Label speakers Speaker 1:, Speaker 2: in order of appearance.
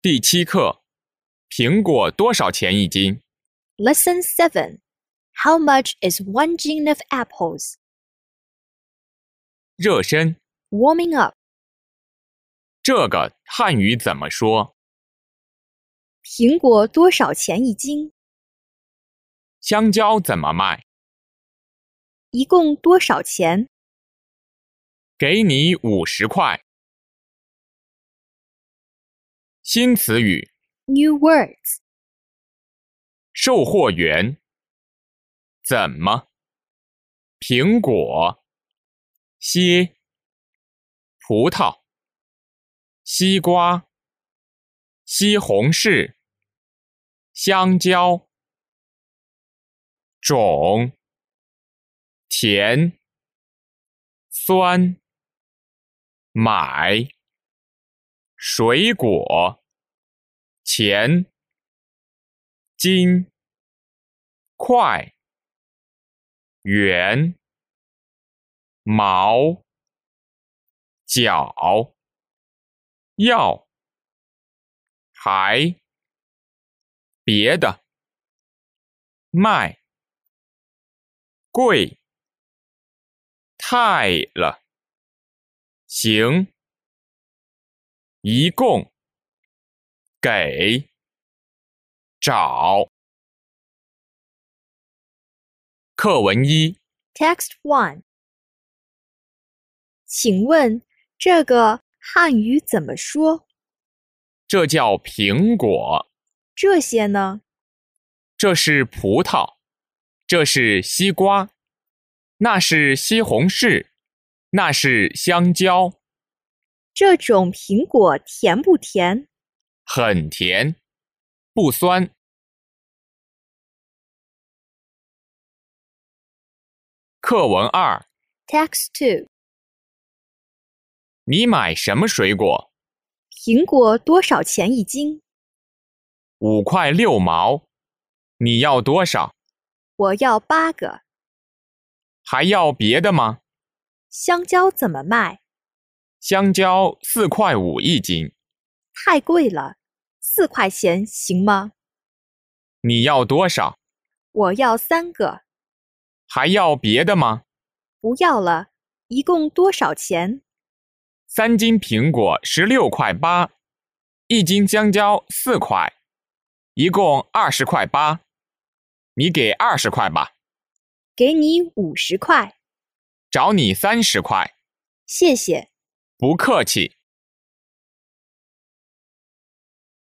Speaker 1: 第七课，苹果多少钱一斤？
Speaker 2: Lesson 7 How much is one gin of apples?
Speaker 1: 热身，
Speaker 2: Warming up.
Speaker 1: 这个汉语怎么说？
Speaker 2: 苹果多少钱一斤？
Speaker 1: 香蕉怎么卖？
Speaker 2: 一共多少钱？
Speaker 1: 给你五十块。新词语，
Speaker 2: New words.
Speaker 1: 售货员。怎么？苹果，蝎，葡萄，西瓜，西红柿，香蕉，种，甜，酸，买，水果，钱，斤，块。圆、毛、角、要、还、别的、卖、贵、太了、行、一共、给、找。课文一。
Speaker 2: Text 1. 请问这个汉语怎么说？
Speaker 1: 这叫苹果，
Speaker 2: 这些呢？
Speaker 1: 这是葡萄，这是西瓜，那是西红柿，那是香蕉，
Speaker 2: 这种苹果甜不甜？
Speaker 1: 很甜，不酸。课文二，
Speaker 2: Text 2.
Speaker 1: 你买什么水果？
Speaker 2: 苹果多少钱一斤？
Speaker 1: 五块六毛，你要多少？
Speaker 2: 我要八个。
Speaker 1: 还要别的吗？
Speaker 2: 香蕉怎么卖？
Speaker 1: 香蕉四块五一斤，
Speaker 2: 太贵了，四块钱行吗？
Speaker 1: 你要多少？
Speaker 2: 我要三个，
Speaker 1: 还要别的吗？
Speaker 2: 不要了。一共多少钱？
Speaker 1: 三斤苹果十六块八，一斤香蕉四块，一共二十块八。你给二十块吧，
Speaker 2: 给你五十块，
Speaker 1: 找你三十块，
Speaker 2: 谢谢。
Speaker 1: 不客气。